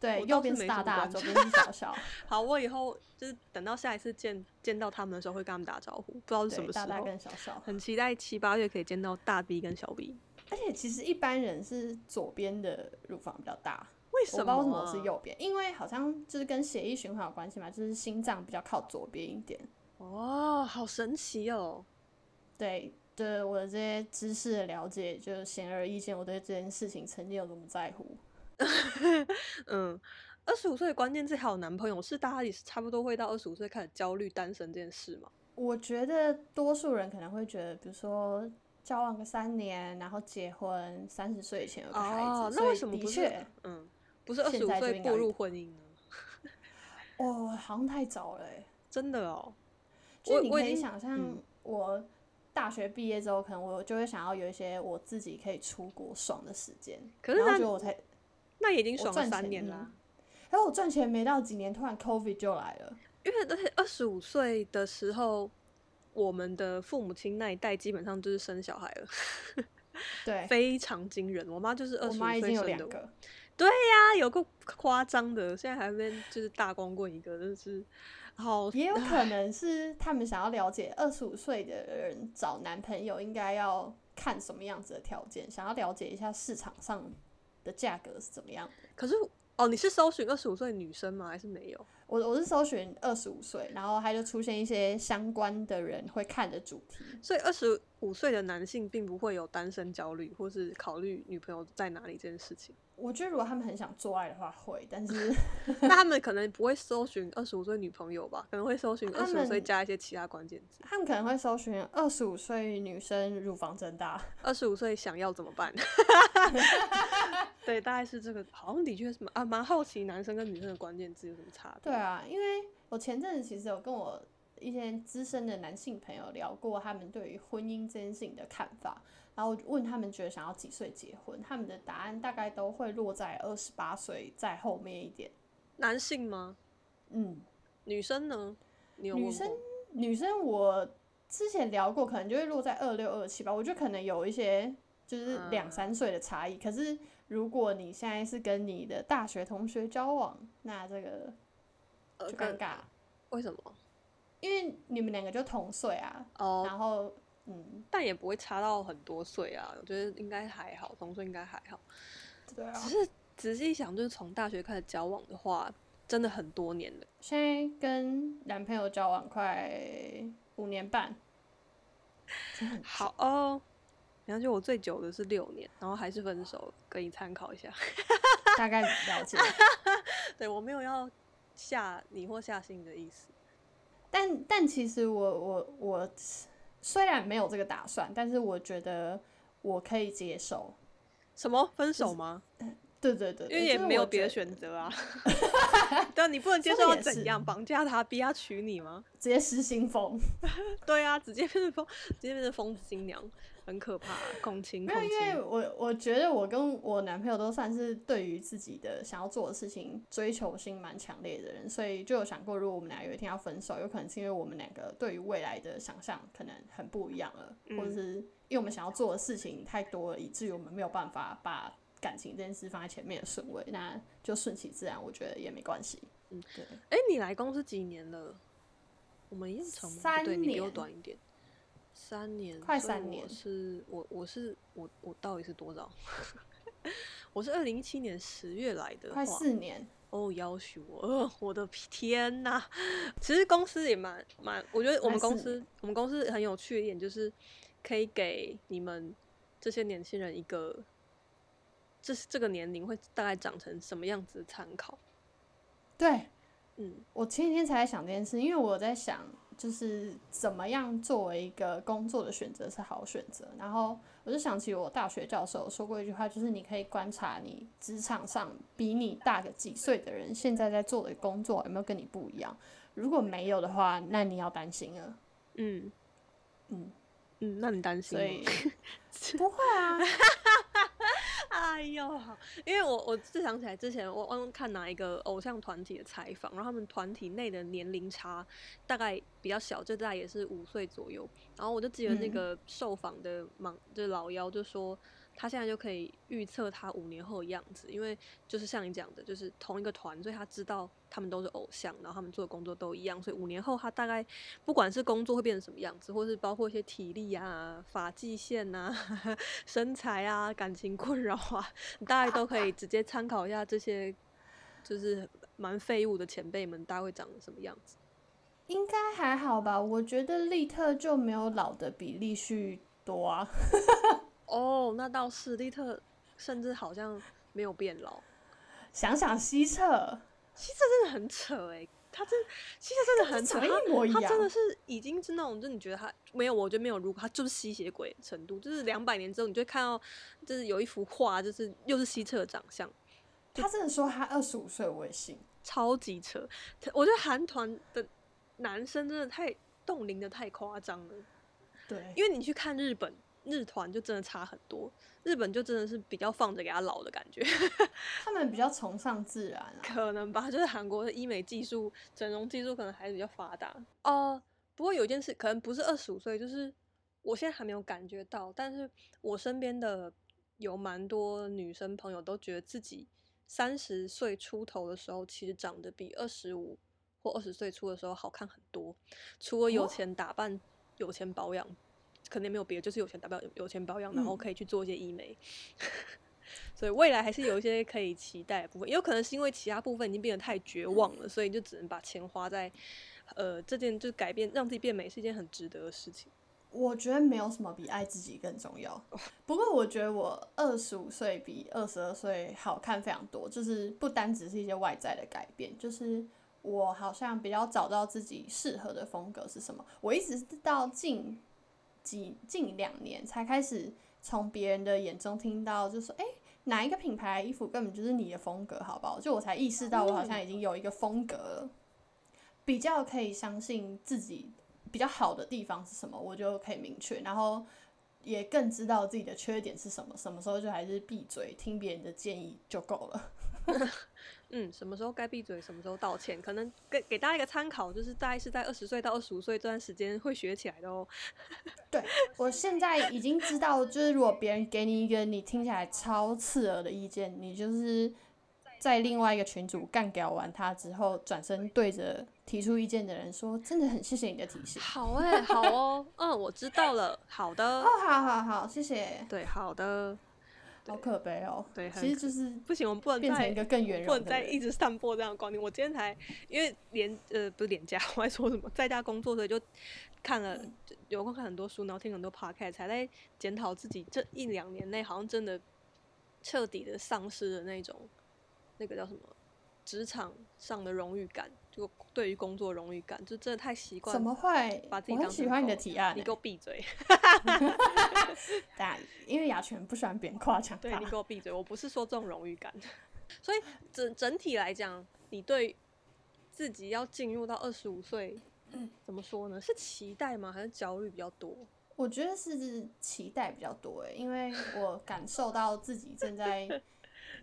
Speaker 2: 对，
Speaker 1: 我倒
Speaker 2: 右
Speaker 1: 是
Speaker 2: 边
Speaker 1: 没
Speaker 2: 是
Speaker 1: 什
Speaker 2: 大
Speaker 1: 么
Speaker 2: 大，
Speaker 1: 关
Speaker 2: 左边是小小，
Speaker 1: 好，我以后就是等到下一次见见到他们的时候会跟他们打招呼，不知 道是什
Speaker 2: 对，
Speaker 1: 么时
Speaker 2: 大大
Speaker 1: 候。
Speaker 2: 跟小小。
Speaker 1: 很期待七八月可以见到大 B 跟小 B，
Speaker 2: 而且其实一般人是左边的乳房比较大，
Speaker 1: 为
Speaker 2: 我
Speaker 1: 什么、啊
Speaker 2: 不知道为什么我是右边，因为好像就是跟血液循环有关系嘛，就是心脏比较靠左边一点。
Speaker 1: 哦，好神奇哦！
Speaker 2: 对，对我的这些知识的了解，就显而易见，我对这件事情曾经有多么在乎。
Speaker 1: 嗯，二十五岁的关键字还有男朋友，是大家也是差不多会到二十五岁开始焦虑单身这件事吗？
Speaker 2: 我觉得多数人可能会觉得，比如说交往个三年，然后结婚，三十岁以前有个孩子，
Speaker 1: 哦，那
Speaker 2: 所
Speaker 1: 为
Speaker 2: 以
Speaker 1: 什么
Speaker 2: 的
Speaker 1: 不是
Speaker 2: 确，
Speaker 1: 嗯，不是二
Speaker 2: 现
Speaker 1: 十五
Speaker 2: 在就
Speaker 1: 岁
Speaker 2: 应该
Speaker 1: 步
Speaker 2: 遇
Speaker 1: 入
Speaker 2: 到
Speaker 1: 婚姻呢？
Speaker 2: 哦，好像太早了欸。
Speaker 1: 真的哦，
Speaker 2: 就
Speaker 1: 我
Speaker 2: 你
Speaker 1: 我
Speaker 2: 可
Speaker 1: 已
Speaker 2: 以
Speaker 1: 经
Speaker 2: 想象
Speaker 1: 嗯，
Speaker 2: 我大学毕业之后，可能我就会想要有一些我自己可以出国爽的时间。
Speaker 1: 可是
Speaker 2: 然后
Speaker 1: 那
Speaker 2: 就我才，
Speaker 1: 那也已经
Speaker 2: 我
Speaker 1: 爽了
Speaker 2: 赚
Speaker 1: 三
Speaker 2: 钱
Speaker 1: 年
Speaker 2: 嗯
Speaker 1: 啦、
Speaker 2: 然后我赚钱没到几年，突然 COVID 就来了。
Speaker 1: 因为而且二十五岁的时候，我们的父母亲那一代基本上就是生小孩了，
Speaker 2: 对，
Speaker 1: 非常惊人。我妈就是二
Speaker 2: 我
Speaker 1: 十五
Speaker 2: 妈已经
Speaker 1: 岁
Speaker 2: 有
Speaker 1: 生
Speaker 2: 两
Speaker 1: 的我，
Speaker 2: 个，
Speaker 1: 啊，有够夸张的，现在还边就是大光棍一个，真的是好
Speaker 2: 也有可能是他们想要了解二十五岁的人找男朋友应该要看什么样子的条件，想要了解一下市场上的价格是怎么样的。
Speaker 1: 可是哦，你是搜寻二十五岁女生吗？还是没有？
Speaker 2: 我我是搜寻二十五岁，然后它就出现一些相关的人会看的主题。
Speaker 1: 所以二十五岁的男性并不会有单身焦虑，或是考虑女朋友在哪里这件事情。
Speaker 2: 我觉得如果他们很想做爱的话会，但是
Speaker 1: 那他们可能不会搜寻二十五岁女朋友吧，可能会搜寻
Speaker 2: 他
Speaker 1: 二十五岁
Speaker 2: 们
Speaker 1: 加一些其他关键字。
Speaker 2: 他们可能会搜寻二十五岁女生乳房增大。
Speaker 1: 二十五岁想要怎么 办？对，大概是这个，好像的确是蛮啊，蛮好奇男生跟女生的关键字有什么差别。
Speaker 2: 对啊，因为我前阵子其实有跟我一些资深的男性朋友聊过他们对于婚姻这件事情的看法，然后我就问他们觉得想要几岁结婚，他们的答案大概都会落在二十八岁再后面一点。
Speaker 1: 男性吗？
Speaker 2: 嗯，
Speaker 1: 女生呢？你有
Speaker 2: 女
Speaker 1: 问
Speaker 2: 生
Speaker 1: 过？
Speaker 2: 女生我之前聊过，可能就会落在二六二七吧。我觉得可能有一些就是两
Speaker 1: 嗯
Speaker 2: 三岁的差异。可是如果你现在是跟你的大学同学交往，那这个
Speaker 1: 呃，
Speaker 2: 就尴
Speaker 1: 跟
Speaker 2: 尬，
Speaker 1: 为什么？
Speaker 2: 因为你们两个就同岁啊。
Speaker 1: 哦，
Speaker 2: 然后，嗯，
Speaker 1: 但也不会差到很多岁啊，我觉得应该还好，同岁应该还好。
Speaker 2: 对啊，
Speaker 1: 只是仔细想，就是从大学开始交往的话，真的很多年了。
Speaker 2: 现在跟男朋友交往快五年半， 真的很久
Speaker 1: 好哦，然后就我最久的是六年，然后还是分手了，给你参考一下。
Speaker 2: 大概了解。
Speaker 1: 对我没有要吓你或吓醒你的意思。
Speaker 2: 但但其实我我我虽然没有这个打算，但是我觉得我可以接受。
Speaker 1: 什么分手吗？
Speaker 2: 对对对，
Speaker 1: 因为也没有别的
Speaker 2: 择，
Speaker 1: 选择 啊。对啊，你不能接受
Speaker 2: 说得
Speaker 1: 要
Speaker 2: 也
Speaker 1: 怎
Speaker 2: 是
Speaker 1: 样绑架他，逼他娶你吗？
Speaker 2: 直接失心疯。
Speaker 1: 对啊，直接变成疯，直接变成疯子新娘，很可怕、恐情，
Speaker 2: 没
Speaker 1: 恐
Speaker 2: 有，因为
Speaker 1: 情。
Speaker 2: 我我觉得我跟我男朋友都算是对于自己的想要做的事情追求心蛮强烈的人，所以就有想过，如果我们俩有一天要分手，有可能是因为我们两个对于未来的想象可能很不一样了，
Speaker 1: 嗯
Speaker 2: 或者是因为我们想要做的事情太多了，以至于我们没有办法把感情这件事放在前面的顺位，那就顺其自然，我觉得也没关系。
Speaker 1: 嗯，
Speaker 2: 对，
Speaker 1: 哎、你来公司几年了？我们一样长吗？不对，
Speaker 2: 三
Speaker 1: 你比我
Speaker 2: 年
Speaker 1: 短一点。三年，
Speaker 2: 快
Speaker 1: 所以
Speaker 2: 三
Speaker 1: 我
Speaker 2: 年
Speaker 1: 是我我是我我到底是多少？ 我是二零一七年十月来的话，
Speaker 2: 快四年，
Speaker 1: 哦，要求我， 呃我的天呐！其实公司也蛮蛮，我觉得我们
Speaker 2: 蛮
Speaker 1: 公
Speaker 2: 是
Speaker 1: 司我们公司很有趣的一点就是，可以给你们这些年轻人一个，这是这个年龄会大概长成什么样子的参考。
Speaker 2: 对，
Speaker 1: 嗯，
Speaker 2: 我前几天才在想这件事，因为我在想，就是怎么样作为一个工作的选择是好选择。然后我就想起我大学教授说过一句话，就是你可以观察你职场上比你大个几岁的人现在在做的工作有没有跟你不一样。如果没有的话，那你要担心了。
Speaker 1: 嗯
Speaker 2: 嗯，
Speaker 1: 嗯，那你担心
Speaker 2: 所
Speaker 1: 吗？
Speaker 2: 以不会啊，
Speaker 1: 哎呦，好因为我我是想起来之前我忘了看哪一个偶像团体的采访，然后他们团体内的年龄差大概比较小，就大概也是五岁左右。然后我就记得那
Speaker 2: 嗯
Speaker 1: 个受访的盲就是老妖就说，他现在就可以预测他五年后的样子，因为就是像你讲的，就是同一个团，所以他知道他们都是偶像，然后他们做的工作都一样，所以五年后他大概不管是工作会变成什么样子，或是包括一些体力啊、发际线啊、 身材啊、感情困扰啊，你大概都可以直接参考一下这些，就是蛮废物的前辈们大概会长成什么样子。
Speaker 2: 应该还好吧？我觉得利特就没有老的比例旭多啊。
Speaker 1: 哦，那倒是，利特甚至好像没有变老，
Speaker 2: 想想西澈，
Speaker 1: 真的很扯哎、他真，其实真的很扯，
Speaker 2: 长得
Speaker 1: 他
Speaker 2: 一模一
Speaker 1: 他
Speaker 2: 样
Speaker 1: 真的是已经是那种，就你觉得他没有，我觉得没有。如果他就是吸血鬼程度，就是两百年之后，你就会看到，就是有一幅画，就是又是希澈的长相，
Speaker 2: 他真的说他二十五岁，我也信。
Speaker 1: 超级扯。他我觉得韩团的男生真的太冻龄的太夸张了，
Speaker 2: 对，
Speaker 1: 因为你去看日本，日团就真的差很多，日本就真的是比较放着给他老的感觉，
Speaker 2: 他们比较崇尚自然啊。
Speaker 1: 可能吧，就是韩国的医美技术、整容技术可能还是比较发达。呃，不过有一件事，可能不是二十五岁，就是我现在还没有感觉到，但是我身边的有蛮多女生朋友都觉得自己三十岁出头的时候，其实长得比二十五或二十岁出的时候好看很多，除了有
Speaker 2: 哦
Speaker 1: 钱打扮、有钱保养，可能也没有别的，就是有钱打扮、有有钱保养，然后
Speaker 2: 嗯
Speaker 1: 可以去做一些医美。 所以未来还是有一些可以期待的部分，也有可能是因为其他部分已经变得太绝望了，所以就只能把钱花在，呃，这件就是改变让自己变美是一件很值得的事情。
Speaker 2: 我觉得没有什么比爱自己更重要。不过我觉得我二十五岁比二十二岁好看非常多，就是不单只是一些外在的改变，就是我好像比较找到自己适合的风格是什么。我一直到近几近两年才开始从别人的眼中听到，就说哎。诶哪一个品牌的衣服根本就是你的风格，好不好？就我才意识到，我好像已经有一个风格了，比较可以相信自己比较好的地方是什么，我就可以明确，然后也更知道自己的缺点是什么，什么时候就还是闭嘴听别人的建议就够 了。
Speaker 1: 嗯，什么时候该闭嘴，什么时候道歉，可能给给大家一个参考，就是大概是在二十岁到二十五岁这段时间会学起来的哦。
Speaker 2: 我现在已经知道，就是如果别人给你一个你听起来超刺耳的意见，你就是在另外一个群组干掉完他之后，转身对着提出意见的人说：“真的很谢谢你的提 醒。
Speaker 1: 好哎、好哦，嗯，我知道了，好”的
Speaker 2: 哦，，好好好，谢谢。
Speaker 1: 对，好的，
Speaker 2: 好可悲哦。
Speaker 1: 对很
Speaker 2: 其实就是
Speaker 1: 不行，我们不能
Speaker 2: 变成
Speaker 1: 再
Speaker 2: 一个更圆
Speaker 1: 不
Speaker 2: 融
Speaker 1: 能
Speaker 2: 的
Speaker 1: 再
Speaker 2: 人。
Speaker 1: 一直散播这样的观点。我今天才因为连呃不是连假，我还说什么在家工作，所以就看了就有空看很多书，然后听很多 podcast，才在检讨自己这一两年内好像真的彻底的丧失了那种那个叫什么职场上的荣誉感，就对于工作荣誉感，就真的太习惯
Speaker 2: 怎么会
Speaker 1: 把？自己
Speaker 2: 我
Speaker 1: 当
Speaker 2: 很喜
Speaker 1: 成
Speaker 2: 欢
Speaker 1: 狗
Speaker 2: 你的提案欸、
Speaker 1: 你给我闭嘴，
Speaker 2: 大，因为雅泉不喜欢别人夸奖
Speaker 1: 对
Speaker 2: 他
Speaker 1: 你。给我闭嘴，我不是说这种荣誉感。 所以整整体来讲，你对自己要进入到二十五岁，怎么说呢？是期待吗？还是焦虑比较多？
Speaker 2: 我觉得是期待比较多诶，因为我感受到自己正在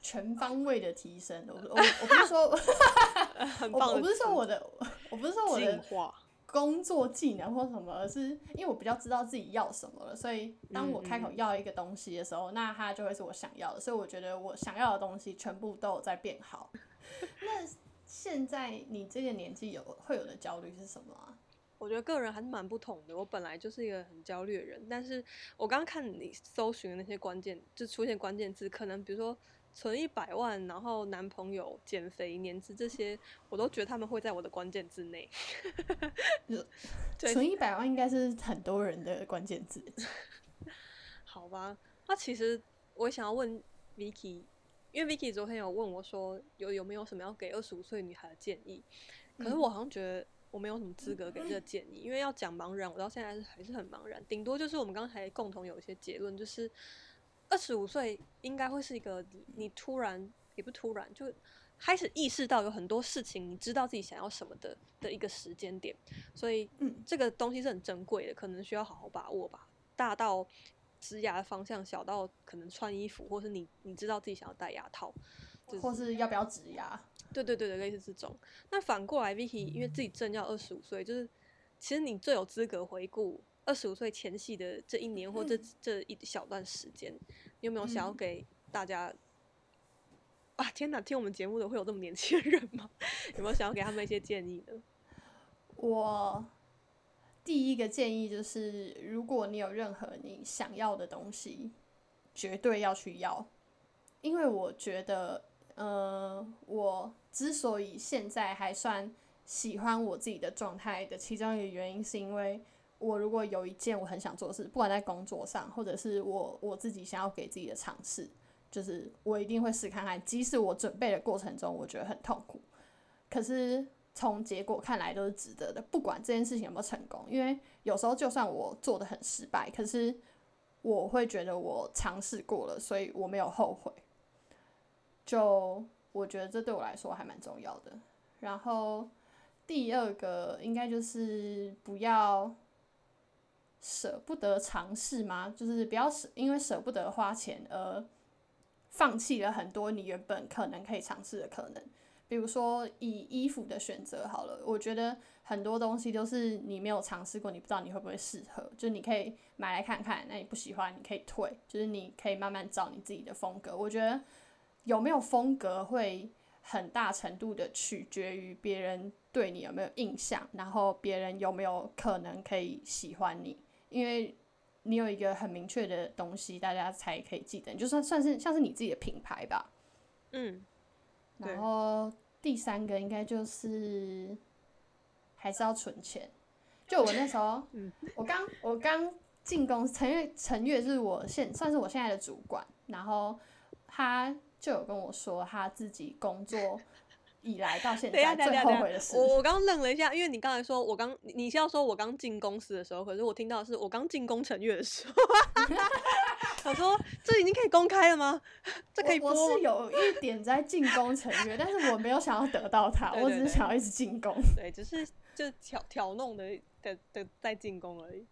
Speaker 2: 全方位的提升。我我我不是说
Speaker 1: 很
Speaker 2: 我
Speaker 1: 棒的
Speaker 2: 我不是说
Speaker 1: 词
Speaker 2: 我的，我不是说我
Speaker 1: 进
Speaker 2: 的
Speaker 1: 化，
Speaker 2: 工作技能或什么，而是因为我比较知道自己要什么了，所以当我开口
Speaker 1: 嗯
Speaker 2: 要一个东西的时候，那它就会是我想要的。所以我觉得我想要的东西全部都有在变好。 那现在你这个年纪有会有的焦虑是什么啊？
Speaker 1: 我觉得个人还是蛮不同的。我本来就是一个很焦虑的人，但是我刚刚看你搜寻的那些关键，就出现关键字，可能比如说存一百万，然后男朋友、减肥、年资这些，我都觉得他们会在我的关键字内。对
Speaker 2: 存一百万应该是很多人的关键字。
Speaker 1: 好吧，那其实我想要问 Vicky，因为 Vicky 昨天有问我说有有没有什么要给二十五岁女孩的建议，可是我好像觉得我没有什么资格给这个建议，因为要讲茫然，我到现在还是很茫然。顶多就是我们刚才共同有一些结论，就是二十五岁应该会是一个你你突然也不突然就。开始意识到有很多事情，你知道自己想要什么的的一个时间点，所以
Speaker 2: 嗯
Speaker 1: 这个东西是很珍贵的，可能需要好好把握吧。大到植牙的方向，小到可能穿衣服，或是你你知道自己想要戴牙套，就是
Speaker 2: 或是要不要植牙？
Speaker 1: 对对对对，类似这种。那反过来，Vicky 因为自己正要二十五岁，就是其实你最有资格回顾二十五岁前夕的这一年或这、这一小段时间，你有没有想要
Speaker 2: 嗯
Speaker 1: 给大家？啊天哪！听我们节目的会有这么年轻的人吗？ 有没有想要给他们一些建议呢？
Speaker 2: 我第一个建议就是，如果你有任何你想要的东西，绝对要去要，因为我觉得，呃，我之所以现在还算喜欢我自己的状态的其中一个原因，是因为我如果有一件我很想做的事，不管在工作上，或者是我我自己想要给自己的尝试，就是我一定会试看看，即使我准备的过程中我觉得很痛苦，可是从结果看来都是值得的，不管这件事情有没有成功，因为有时候就算我做的很失败，可是我会觉得我尝试过了，所以我没有后悔。就我觉得这对我来说还蛮重要的。然后第二个应该就是不要舍不得尝试吗？就是不要舍，因为舍不得花钱而放弃了很多你原本可能可以尝试的可能。比如说以衣服的选择好了，我觉得很多东西都是你没有尝试过，你不知道你会不会适合。就是你可以买来看看，那你不喜欢你可以退，就是你可以慢慢找你自己的风格。我觉得有没有风格会很大程度的取决于别人对你有没有印象，然后别人有没有可能可以喜欢你，因为你有一个很明确的东西，大家才可以记得，你就算算是像是你自己的品牌吧。
Speaker 1: 嗯，对
Speaker 2: 然后第三个应该就是还是要存钱。就我那时候，
Speaker 1: 嗯
Speaker 2: 我刚我刚进公司，陈月陈月是我现算是我现在的主管，然后他就有跟我说他自己工作以来到现
Speaker 1: 等一下
Speaker 2: 在
Speaker 1: 等一
Speaker 2: 最
Speaker 1: 下
Speaker 2: 后
Speaker 1: 等一下
Speaker 2: 悔的事。
Speaker 1: 我我刚愣了一下，因为你刚才说我刚你你是要说我刚进公司的时候，可是我听到的是我刚进工程院的时候， 我说这已经可以公开了吗？这可以
Speaker 2: 我
Speaker 1: 播
Speaker 2: 我是
Speaker 1: 吗？
Speaker 2: 有一点在进攻陈月，但是我没有想要得到他，
Speaker 1: 对
Speaker 2: 我
Speaker 1: 对
Speaker 2: 只是
Speaker 1: 对
Speaker 2: 想要一直进攻。
Speaker 1: 对，只是就挑挑弄的的的在进攻而已，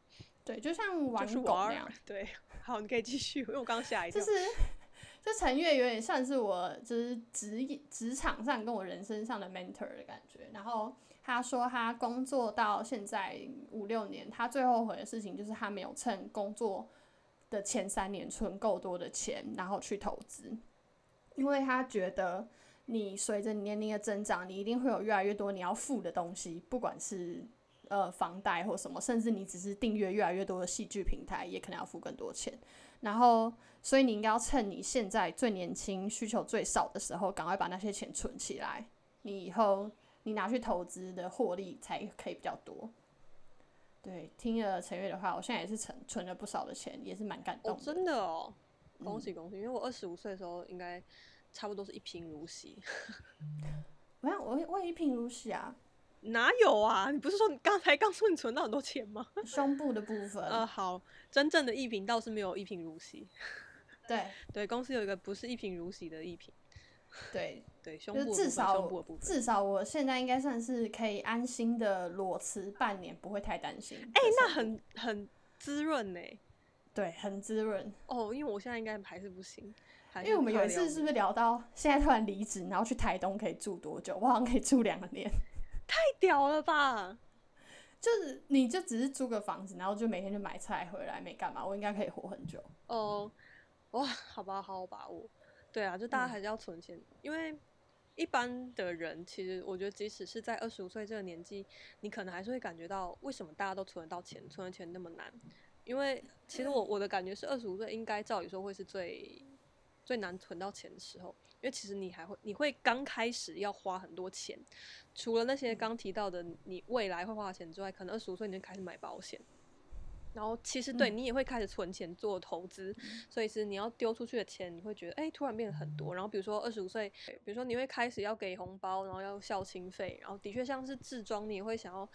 Speaker 2: 对，就像玩
Speaker 1: 就是
Speaker 2: 狗
Speaker 1: 玩
Speaker 2: 那样
Speaker 1: 儿。。对，好，你可以继续，因为我刚吓一跳。哦
Speaker 2: 就是就陈月有点算是我就是职业职场上跟我人生上的 mentor 的感觉。然后他说他工作到现在五六年，他最后悔的事情就是他没有趁工作的前三年存够多的钱，然后去投资，因为他觉得。你随着你年龄的增长，你一定会有越来越多你要付的东西，不管是呃房贷或什么，甚至你只是订阅越来越多的戏剧平台，也可能要付更多钱。然后所以你应该要趁你现在最年轻、需求最少的时候，赶快把那些钱存起来。你以后你拿去投资的获利才可以比较多。对，听了陈月的话，我现在也是存存了不少的钱，也是蛮感动
Speaker 1: 哦，
Speaker 2: 的。
Speaker 1: 真的哦，恭
Speaker 2: 嗯
Speaker 1: 喜恭喜！因为我二十五岁的时候，应该差不多是一贫如洗。
Speaker 2: 没有，我也我也一贫如洗啊，
Speaker 1: 哪有啊？你不是说你刚才刚说你存到很多钱吗？
Speaker 2: 胸部的部分，
Speaker 1: 呃，好，真正的一贫倒是没有一贫如洗。
Speaker 2: 对
Speaker 1: 对，公司有一个不是一贫如洗的一贫，
Speaker 2: 对，
Speaker 1: 对，胸
Speaker 2: 就
Speaker 1: 部的部
Speaker 2: 是至
Speaker 1: 分，
Speaker 2: 少
Speaker 1: 胸部的
Speaker 2: 我
Speaker 1: 部分。
Speaker 2: 至少我现在应该算是可以安心的裸辞半年，不会太担心。哎
Speaker 1: 哎、那很很滋润呢、
Speaker 2: 对，很滋润。
Speaker 1: 哦，因为我现在应该还是不行，还
Speaker 2: 因为我们有一
Speaker 1: 快
Speaker 2: 次
Speaker 1: 了
Speaker 2: 是不是聊到现在突然离职，然后去台东可以住多久？我好像可以住两年，
Speaker 1: 太屌了吧？
Speaker 2: 就是你就只是租个房子，然后就每天就买菜回来，没干嘛，我应该可以活很久。
Speaker 1: 哦，哇，好吧，好好把握。对啊，就大家
Speaker 2: 嗯
Speaker 1: 还是要存钱，因为一般的人其实我觉得，即使是在二十五岁这个年纪，你可能还是会感觉到为什么大家都存得到钱，存的钱那么难。因为其实我我的感觉是，二十五岁应该照理说会是最最难存到钱的时候，因为其实你还会你会刚开始要花很多钱，除了那
Speaker 2: 嗯
Speaker 1: 些刚提到的你未来会花的钱之外，可能二十五岁你就开始买保险，然后其实对
Speaker 2: 嗯
Speaker 1: 你也会开始存钱做投资，所以是你要丢出去的钱，你会觉得哎、突然变得很多。然后比如说二十五岁，比如说你会开始要给红包，然后要孝亲费，然后的确像是自装，你也会想要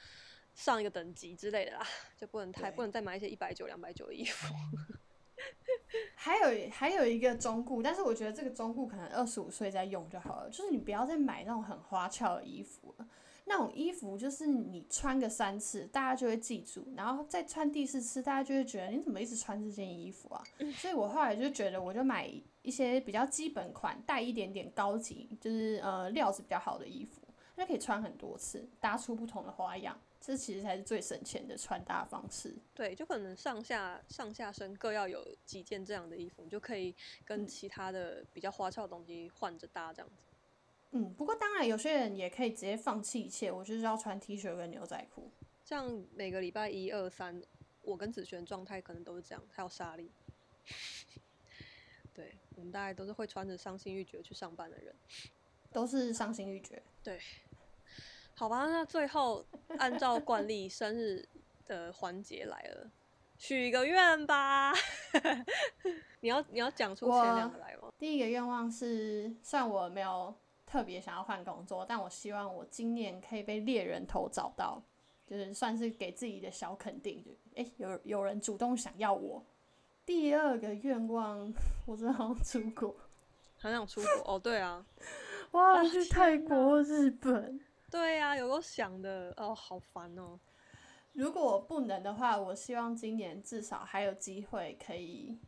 Speaker 1: 上一个等级之类的啦，就不能太
Speaker 2: 对
Speaker 1: 不能再买一些一百九、两百九的衣服。
Speaker 2: 还有还有一个中顾，但是我觉得这个中顾可能二十五岁再用就好了，就是你不要再买那种很花俏的衣服了。那种衣服就是你穿个三次，大家就会记住，然后再穿第四次，大家就会觉得你怎么一直穿这件衣服啊？所以我后来就觉得，我就买一些比较基本款，带一点点高级，就是呃料子比较好的衣服，那可以穿很多次，搭出不同的花样，这其实才是最省钱的穿搭方式。
Speaker 1: 对，就可能上下上下身各要有几件这样的衣服，你就可以跟其他的比较花俏的东西换着搭这样子。
Speaker 2: 嗯，不过当然，有些人也可以直接放弃一切，我就是要穿 T 恤跟牛仔裤。
Speaker 1: 像每个礼拜一二三，我跟子璇状态可能都是这样，还有莎莉。 对，我们大概都是会穿着伤心欲绝去上班的人。
Speaker 2: 都是伤心欲绝。
Speaker 1: 好吧，那最后按照惯例，生日的环节来了，许个愿吧。 你要你要讲出前两个来吗？
Speaker 2: 第一个愿望是，虽然我没有特别想要换工作，但我希望我今年可以被猎人头找到，就是算是给自己的小肯定。就诶，有有人主动想要我。第二个愿望， 我真的好想出国，哦
Speaker 1: 很想出国哦，对啊，
Speaker 2: 我 好想去泰国、日本。
Speaker 1: 对啊，有够想的哦，好烦哦。
Speaker 2: 如果不能的话，我希望今年至少还有机会可以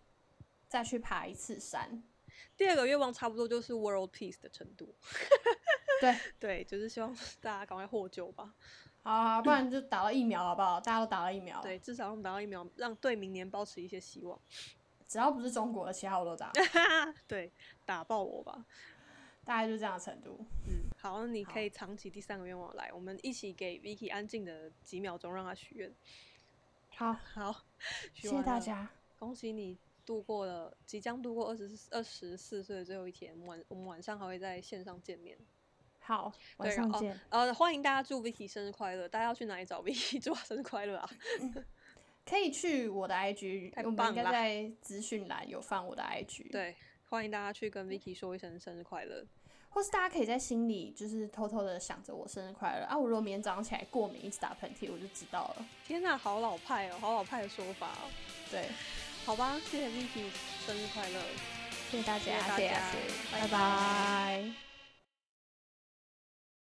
Speaker 2: 再去爬一次山。
Speaker 1: 第二个愿望差不多就是 world peace 的程度。
Speaker 2: 对，
Speaker 1: 对，就是希望大家赶快获救吧。
Speaker 2: 好啊，不然就打到疫苗好不好？大家都打了疫苗，
Speaker 1: 对，至少让打到疫苗，让对明年保持一些希望。
Speaker 2: 只要不是中国的，其他我都打。
Speaker 1: 对，打爆我吧。
Speaker 2: 大概就这样的程度。
Speaker 1: 嗯，好，那你可
Speaker 2: 好
Speaker 1: 以藏起第三个愿望来，我们一起给 Vicky 安静的几秒钟，让她许愿。
Speaker 2: 好，
Speaker 1: 好，许
Speaker 2: 谢谢
Speaker 1: 完
Speaker 2: 大
Speaker 1: 了，
Speaker 2: 家。
Speaker 1: 恭喜你度过了即将度过二十二十四岁的最后一天，晚我们晚上还会在线上见面。
Speaker 2: 好，晚
Speaker 1: 对
Speaker 2: 上
Speaker 1: 哦
Speaker 2: 见。
Speaker 1: 呃，欢迎大家祝 Vicky 生日快乐！大家要去哪里找 Vicky 祝她生日快乐啊？
Speaker 2: 可以去我的 IG，
Speaker 1: 太
Speaker 2: 我们
Speaker 1: 棒
Speaker 2: 应该
Speaker 1: 啦
Speaker 2: 在资讯栏有放我的 IG。，
Speaker 1: 对，欢迎大家去跟 Vicky 说一声生日快乐。
Speaker 2: 或是大家可以在心里就是偷偷的想着我生日快乐啊！我如果明天早上起来过敏，一直打喷嚏，我就知道了。
Speaker 1: 天呐、好老派哦，好老派的说法哦。
Speaker 2: 对，
Speaker 1: 好吧，谢谢 Vicky，生日快乐。
Speaker 2: 谢谢大家，
Speaker 1: 谢谢大
Speaker 2: 谢谢
Speaker 1: 家
Speaker 2: 阿雪
Speaker 1: 拜
Speaker 2: 拜拜